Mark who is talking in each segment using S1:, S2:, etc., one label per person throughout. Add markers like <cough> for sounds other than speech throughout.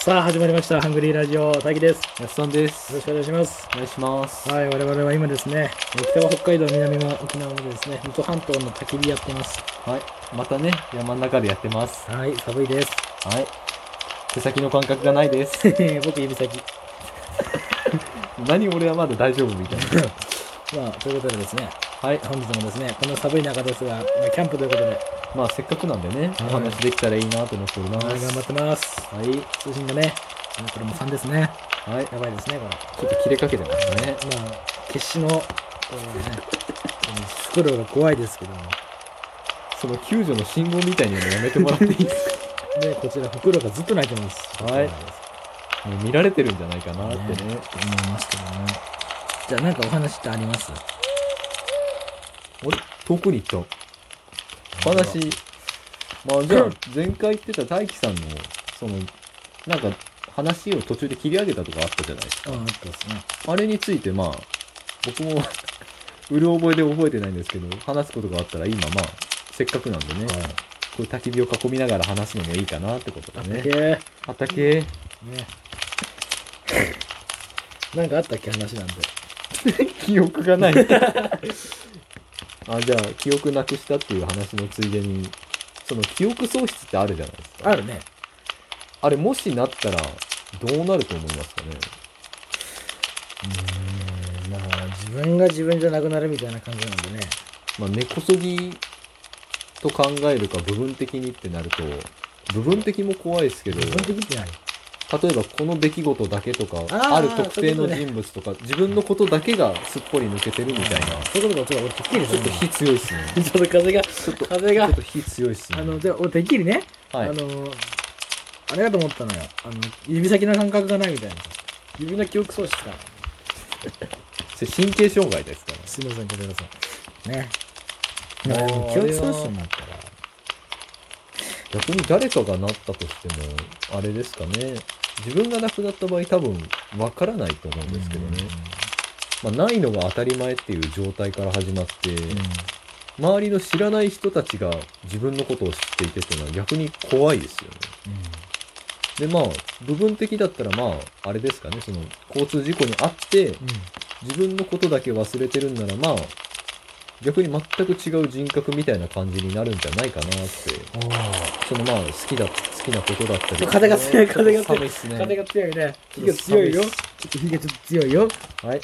S1: さあ始まりましたハングリーラジオ大輝です
S2: やすさんです
S1: よろしくお願いします
S2: お願いします
S1: はい我々は今ですね北は北海道南は沖縄までですね能登半島の焚き火やってます
S2: はいまたね山の中でやってます
S1: はい寒いです <laughs>
S2: はい手先の感覚がないです
S1: 僕指先
S2: 何俺はまだ大丈夫みたい
S1: <laughs>
S2: な
S1: まあということでですね
S2: はい
S1: 本日もですねこの寒い中ですが、まあ、キャンプということで
S2: まあせっかくなんでねお
S1: はい
S2: 話できたらいいなと思っておりま
S1: はい
S2: す
S1: 頑張ってます
S2: はい
S1: 通信がねこれも3ですね
S2: はい
S1: やばいですねこれ
S2: ちょっと切れかけてますね
S1: まあ、決死の、えーね、スクローが怖いですけども。
S2: その救助の信号みたいにやめてもらっていいです
S1: で、こちら、フクロウがずっと泣いてます。
S2: はい
S1: ちょっ <laughs>
S2: かもう見られてるんじゃないかなって
S1: と思
S2: ね
S1: いますけどね。じゃあ、なんかお話ってあります
S2: あれ遠くに行ったお話まあじゃあ前回言ってた大輝さんのそのなんか話を途中で切り上げたとかあったじゃないですか
S1: ああ、あったですね。
S2: あれについて、まあ、僕も、 <laughs> うる覚えで覚えてないんですけど、話すことがあったら今、まあ、せっかくなんでね、こういう焚き火を囲みながら話すのもいいかなってこと
S1: あ
S2: で
S1: ったっ
S2: ね
S1: け。ね。
S2: 畑、
S1: なんかあったっけ話なんで。
S2: 記憶がない。 <laughs> あ、じゃあ、記憶なくしたっていう話のついでに、その記憶喪失ってあるじゃないですか。
S1: あるね。
S2: あれ、もしなったら、どうなると思いますかね。
S1: うーん、まあ、自分が自分じゃなくなるみたいな感じなんでね。
S2: まあ、根こそぎと考えるか、部分的にってなると、部分的も怖いですけど、
S1: 自分的ってない。
S2: 例えばこの出来事だけとか
S1: あー
S2: ある特定の
S1: そういう
S2: 人物とか自分のことだけがすっぽり抜けてるみたいな
S1: そういうことがちょっと俺、てっきりす
S2: ちょ
S1: る
S2: っと火強いっすね
S1: ちょっと風が、
S2: ちょっとちょ
S1: 風が
S2: っ。と火強いっすね
S1: あの、じゃあ、俺、てっきりね。
S2: は
S1: あ
S2: い
S1: のーあれだと思ったのよあの指先の感覚がないみたいな指の記憶喪失か
S2: それ神経障害ですから
S1: すいませんごめんなさいね
S2: あー
S1: まあでも記憶喪
S2: あれ
S1: 失
S2: は
S1: になったら
S2: 逆に誰かがなったとしてもあれですかね自分が亡くなった場合多分わからないと思うんですけどね、まあ、ないのが当たり前っていう状態から始まって、
S1: うんうん
S2: 周りの知らない人たちが自分のことを知っていてっていうのは逆に怖いですよねでまあ部分的だったらまああれですかねその交通事故にあって自分のことだけ忘れてるんならまあ逆に全く違う人格みたいな感じになるんじゃないかなって
S1: うんお
S2: そのまあ好きだ好きなことだったり
S1: 風が強い
S2: ちょっと
S1: 風が強い
S2: 寒いっすね
S1: ー風が強いね
S2: ち
S1: 火
S2: ょっと
S1: が強いよちょ
S2: 寒っ
S1: っと火がちょっと強いよ、
S2: すはい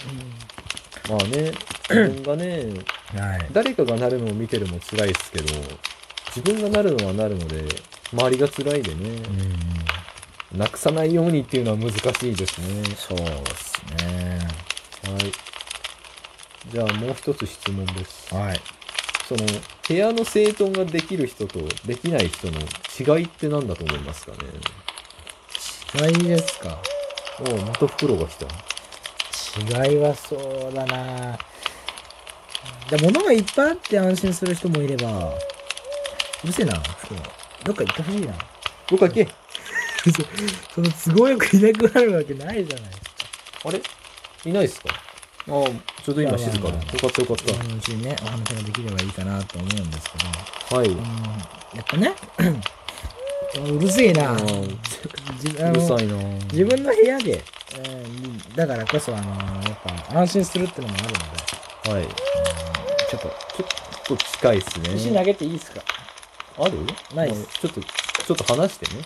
S2: まあね自分がね
S1: はい
S2: 誰かがなるのを見てるのも辛いですけど自分がなるのはなるので周りが辛いでね、なくさないようにっていうのは難しいですね
S1: そうですね
S2: はい。じゃあもう一つ質問です。
S1: はい
S2: その、部屋の整頓ができる人とできない人の違いって何だと思いますかね
S1: 違いですか
S2: おう、また袋が来た。
S1: 違いはそうだなで物がいっぱいあって安心する人もいればうるせえな服どっか行ってほしいな
S2: どっか行け
S1: その都合よくいなくなるわけないじゃない
S2: あれいないっすかああ、ちょうど今静かだ。よかったよかっ
S1: 今のうちにねお話ができればいいかなと思うんですけど
S2: た。はい。
S1: うんやっぱねうるせえな
S2: あ
S1: 自
S2: あ、
S1: あ
S2: うる
S1: の
S2: さいな
S1: 自分の部屋で、うんだからこそあのやっぱ安心するってのもあるので、
S2: はい。
S1: ちょっと
S2: ちょっと近いっす
S1: 石
S2: ね
S1: 投。げていいですか
S2: ある
S1: ないっす
S2: まあちょっと、ちょっと話してね。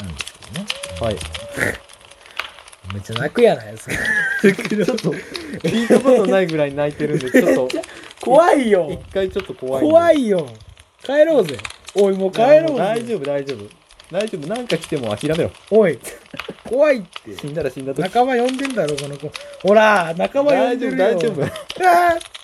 S1: なんですけどね <laughs>
S2: はい。
S1: めっちゃ泣くやないですか。
S2: ちょっと、聞いたことないぐらい泣いてるんで、ちょっと、
S1: <laughs> 怖い
S2: 一
S1: よ。
S2: 回ちょっと怖いんで。
S1: 怖いよ。帰ろうぜ。おい、もう帰ろうぜ。
S2: 大丈夫大丈夫大丈夫なんか来ても諦めろ
S1: おい、怖いって。
S2: 死んだら死んだと
S1: 仲間呼んでんだろ、この子。ほら、仲間呼
S2: 大
S1: んで
S2: 丈夫
S1: るよ。
S2: 大丈夫
S1: あー